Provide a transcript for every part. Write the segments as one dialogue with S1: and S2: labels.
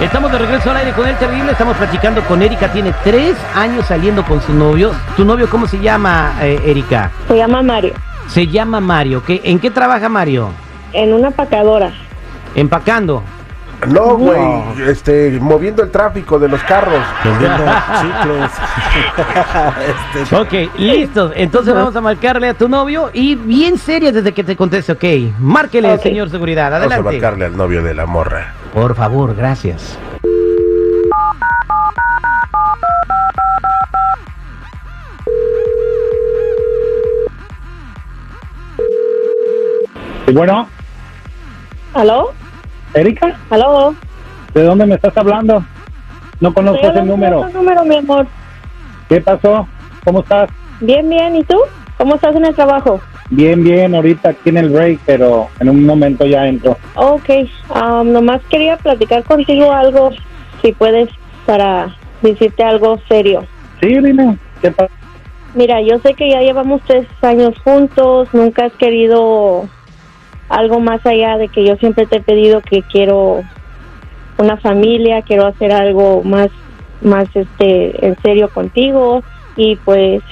S1: Estamos de regreso al aire con el terrible, estamos platicando con Erika, tiene tres años saliendo con su novio. ¿Tu novio cómo se llama, eh, Erika?
S2: Se llama Mario,
S1: Se llama Mario. ¿Qué, ¿En qué trabaja Mario?
S2: en una pacadora.
S1: empacando.
S3: No, güey, este, moviendo el tráfico de los carros.
S1: Ok, listo. Entonces vamos a marcarle a tu novio y bien seria desde que te conteste, ok. Márquele,
S2: Ok.
S1: señor seguridad.
S3: Vamos a
S1: Adelante.
S3: marcarle al novio de la morra.
S1: Por favor, gracias.
S4: Y Pues Bueno,
S2: ¿Aló?
S4: Erika,
S2: ¿Aló?
S4: ¿de dónde me estás hablando? No conozco
S2: Estoy
S4: ese
S2: hablando de
S4: pues, número.
S2: otro número, mi amor.
S4: ¿Qué pasó? ¿Cómo estás?
S2: Bien, bien. ¿Y tú? ¿Cómo estás en el trabajo?
S4: Bien, bien, ahorita aquí en el break, pero en un momento ya entro.
S2: Ok. ah, nomás quería platicar contigo algo, si puedes, para decirte algo serio.
S4: Sí, dime, ¿qué pasó?
S2: Mira, yo sé que ya llevamos tres años juntos, nunca has querido algo más allá de que yo siempre te he pedido que quiero una familia, quiero hacer algo más, más este, en serio contigo y pues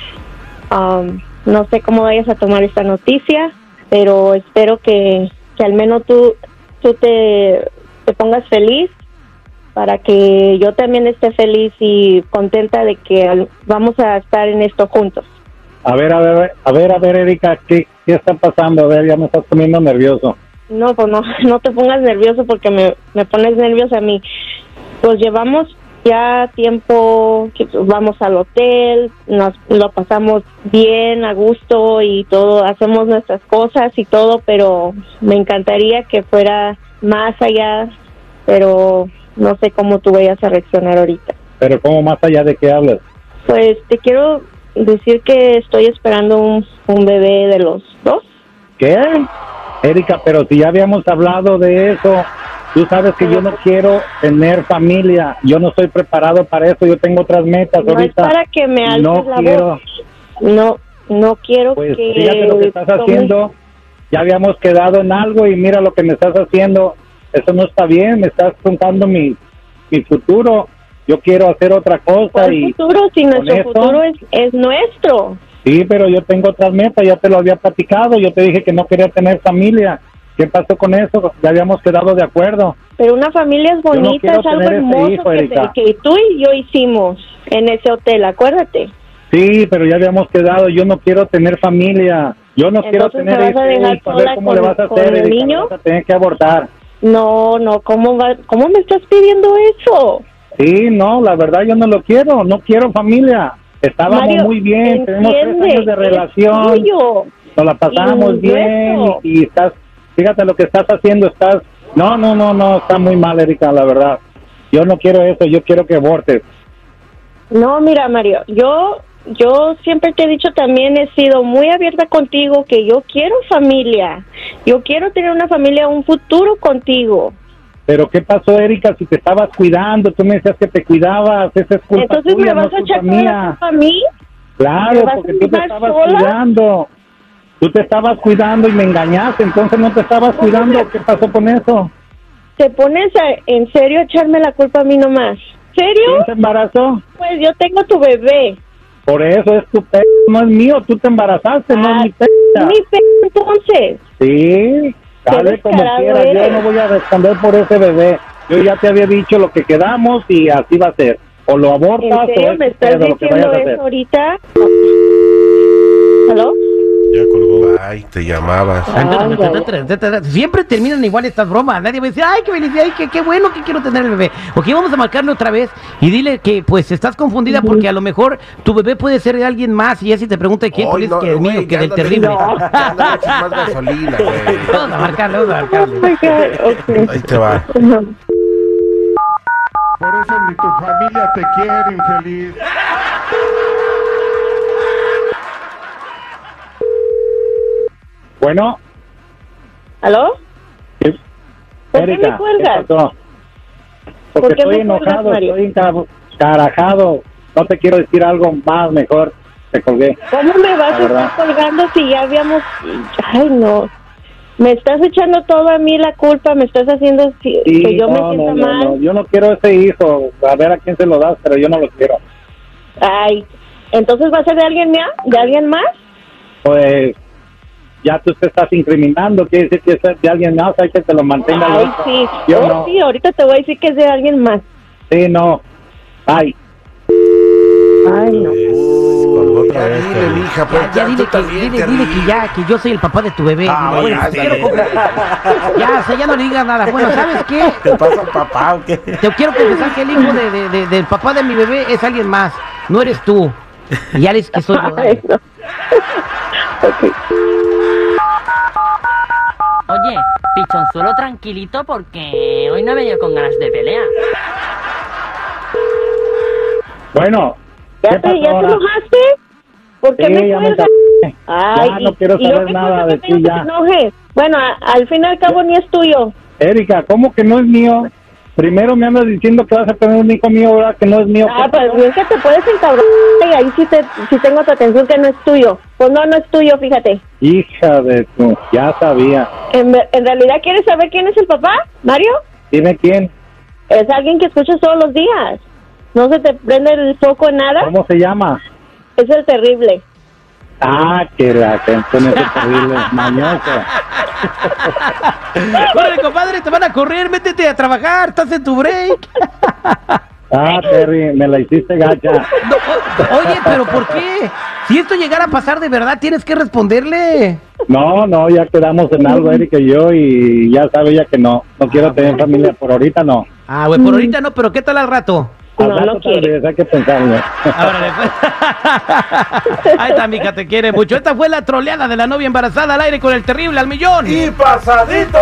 S2: am, no sé cómo vayas a tomar esta noticia, pero espero que, que al menos tú, tú te, te pongas feliz para que yo también esté feliz y contenta de que al- vamos a estar en esto juntos.
S4: A ver, a ver, a ver, a ver, Erika, ¿qué, qué está pasando? A ver, ya me estás poniendo nervioso.
S2: No, pues no, no te pongas nervioso porque me, me pones nerviosa a mí. Pues llevamos ya tiempo, que vamos al hotel, nos lo pasamos bien, a gusto y todo, hacemos nuestras cosas y todo, pero me encantaría que fuera más allá, pero no sé cómo tú vayas a reaccionar ahorita.
S4: Pero ¿cómo más allá de qué hablas?
S2: Pues te quiero decir que estoy esperando un, un bebé de los dos.
S4: ¿Qué? Erika, pero si ya habíamos hablado de eso, tú sabes que yo no quiero tener familia, yo no estoy preparado para eso, yo tengo otras metas
S2: No es
S4: ahorita.
S2: para que me alces
S4: no
S2: la
S4: quiero,
S2: voz. No, no quiero
S4: pues
S2: que...
S4: fíjate lo que estás
S2: tomes-
S4: haciendo, ya habíamos quedado en algo y mira lo que me estás haciendo, eso no está bien, me estás contando mi, mi futuro, yo quiero hacer otra cosa
S2: ¿Cuál
S4: y
S2: futuro? Si nuestro
S4: esto-
S2: futuro es, es nuestro.
S4: sí, pero yo tengo otras metas, ya te lo había platicado, yo te dije que no quería tener familia, ¿qué pasó con eso? Ya habíamos quedado de acuerdo.
S2: Pero una familia es
S4: no
S2: bonita,
S4: quiero
S2: es algo
S4: tener ese
S2: hermoso
S4: hijo,
S2: que,
S4: Erika.
S2: te- que tú y yo hicimos en ese hotel, acuérdate.
S4: Sí, pero ya habíamos quedado. Yo no quiero tener familia. Yo no quiero
S2: Entonces,
S4: tener
S2: ¿me vas a
S4: ese
S2: dejar
S4: hijo. A ver
S2: sola
S4: cómo le
S2: con-
S4: vas a
S2: con
S4: hacer.
S2: el
S4: Erika, lo
S2: niño?
S4: Vas a tener que abortar.
S2: No, no, ¿cómo, va, ¿cómo me estás pidiendo eso?
S4: Sí, no, la verdad yo no lo quiero. No quiero familia. Estábamos
S2: Mario,
S4: muy bien. Tenemos tres
S2: entiende,
S4: años de
S2: es
S4: relación.
S2: tuyo.
S4: Nos la pasamos
S2: Y
S4: bien.
S2: eso.
S4: Y, y estás, fíjate lo que estás haciendo. Estás, no, no, no, no. Está muy mal, Erika, la verdad. Yo no quiero eso. Yo quiero que abortes.
S2: No, mira, Mario, yo yo siempre te he dicho también he sido muy abierta contigo que yo quiero familia. Yo quiero tener una familia, un futuro contigo.
S4: Pero ¿qué pasó, Erika? Si te estabas cuidando, tú me decías que te cuidabas. Esa es culpa
S2: Entonces
S4: tuya,
S2: me vas
S4: no
S2: a
S4: culpa
S2: echar toda
S4: mía.
S2: la culpa a mí.
S4: Claro,
S2: ¿Me vas a
S4: porque tú te
S2: dejar
S4: estabas
S2: sola?
S4: cuidando. Tú te estabas cuidando y me engañaste, entonces no te estabas cuidando. ¿Qué pasó con eso?
S2: ¿Te pones a- en serio a echarme la culpa a mí nomás? ¿Serio?
S4: ¿Quién se embarazó?
S2: Pues yo tengo tu bebé.
S4: Por eso es tu p... no es mío, tú te embarazaste, no
S2: Ah,
S4: es mi p...
S2: Mi pe- entonces.
S4: Sí, dale como
S2: descarado
S4: quieras, yo
S2: eres.
S4: no voy a responder por ese bebé. Yo ya te había dicho lo que quedamos y así va a ser. O lo abortas
S2: ¿En
S4: o
S2: serio
S4: es
S2: me
S4: tu
S2: estás
S4: pedo, lo que vayas
S2: diciendo
S4: a hacer.
S2: eso ahorita? ¿Aló?
S3: Ay, te llamabas.
S2: Ay, ay, ay.
S1: Siempre terminan igual estas bromas. Nadie me dice, ay, qué felicidad, ay, qué, qué bueno que quiero tener el bebé. Ok, vamos a marcarle otra vez y dile que pues estás confundida porque a lo mejor tu bebé puede ser de alguien más y así te pregunta quién, tú
S3: Ay,
S1: dices
S3: no,
S1: que el
S3: güey,
S1: mío, que
S3: ya
S1: del
S3: ándale,
S1: terrible.
S3: no, ya ándale, echas más gasolina, güey.
S1: Vamos a marcarle, vamos a
S2: Oh
S1: marcarle.
S2: my God, ok.
S3: Ahí te va.
S5: Por eso ni tu familia te quiere, infeliz.
S4: Bueno,
S2: ¿Aló?
S4: sí.
S2: ¿Por qué me
S4: Erika,
S2: cuelgas?
S4: pasó? Porque
S2: ¿Por qué
S4: estoy
S2: me cuelgas,
S4: enojado,
S2: Mario?
S4: estoy encarajado. No te quiero decir algo más, mejor te colgué.
S2: ¿Cómo me vas
S4: La
S2: a
S4: verdad.
S2: estar colgando si ya habíamos... Ay, no. Me estás echando todo a mí la culpa, me estás haciendo si-
S4: Sí,
S2: que yo
S4: no,
S2: me sienta
S4: no, no,
S2: mal.
S4: no, Yo no quiero ese hijo. A ver a quién se lo das, pero yo no lo quiero.
S2: Ay, entonces va a ser de alguien mía, de alguien más.
S4: Pues ya tú te estás incriminando. Quiere decir que es de alguien más. Hay que te lo mantenga.
S2: Ay,
S4: loco.
S2: sí.
S4: Yo
S2: Oh,
S4: no.
S2: sí, ahorita te voy a decir que es de alguien más.
S4: Sí, no. Ay,
S2: Ay, no.
S5: Colgó otra
S3: Ya
S5: vez,
S3: dile,
S5: Terry.
S3: mija, pues
S1: Ya, ya dile, que, dile, dile que ya, que yo soy el papá de tu bebé.
S5: Ah,
S3: pues,
S1: Bueno,
S5: bueno,
S1: te quiero
S5: sí.
S1: confesar- ya, o sea, ya no le digas nada. Bueno, ¿sabes qué?
S5: ¿Te pasa papá o qué?
S1: Te quiero confesar que el hijo de, de- de- del papá de mi bebé es alguien más. No eres tú. Y ya le dices que soy yo.
S2: Ay, no.
S6: Oye, pichonzuelo tranquilito porque hoy no he venido con ganas de pelea.
S4: bueno. ¿qué
S2: ¿Ya
S4: pasó
S2: te, ya te
S4: ahora?
S2: enojaste? ¿Por qué
S4: Sí,
S2: me
S4: ya me
S2: cuelgas?
S4: encarajé.
S2: Ay,
S4: Ya no
S2: y-
S4: quiero
S2: y yo
S4: saber
S2: qué
S4: nada
S2: cosa
S4: de
S2: que tengo
S4: ti,
S2: que
S4: ya.
S2: te enojes? Bueno, a- al fin y al cabo ni es tuyo.
S4: Erika, ¿cómo que no es mío? Primero me andas diciendo que vas a tener un hijo mío, ahora que no es mío.
S2: Ah, pues bien que te puedes encabronar y ahí sí, te, sí tengo tu atención que no es tuyo. Pues no, no es tuyo, fíjate.
S4: Hija de tu, ya sabía.
S2: En, ver- en realidad, ¿quieres saber quién es el papá, Mario?
S4: Dime quién,
S2: Es alguien que escuchas todos los días. No se te prende el foco en nada.
S4: cómo se llama.
S2: Es el terrible.
S4: Ah, que la canción es terrible, mañosa.
S1: Órale, compadre, te van a correr, métete a trabajar, estás en tu break.
S4: Ah, Terry, me la hiciste gacha.
S1: No, o- oye, pero ¿por qué? Si esto llegara a pasar de verdad, tienes que responderle.
S4: No, no, ya quedamos en algo, Erika y yo, y ya sabía que no. No quiero
S2: Ah,
S4: tener familia por ahorita, no.
S1: Ah, güey, por ahorita no, pero ¿qué tal al rato?
S4: Al
S2: No,
S4: rato
S2: no
S4: tal
S2: quiere.
S4: vez, hay que pensarlo.
S1: Ábrale, pues. Ahí está, mija, te quiere mucho. Esta fue la troleada de la novia embarazada al aire con el terrible al millón.
S3: ¡Y pasadito!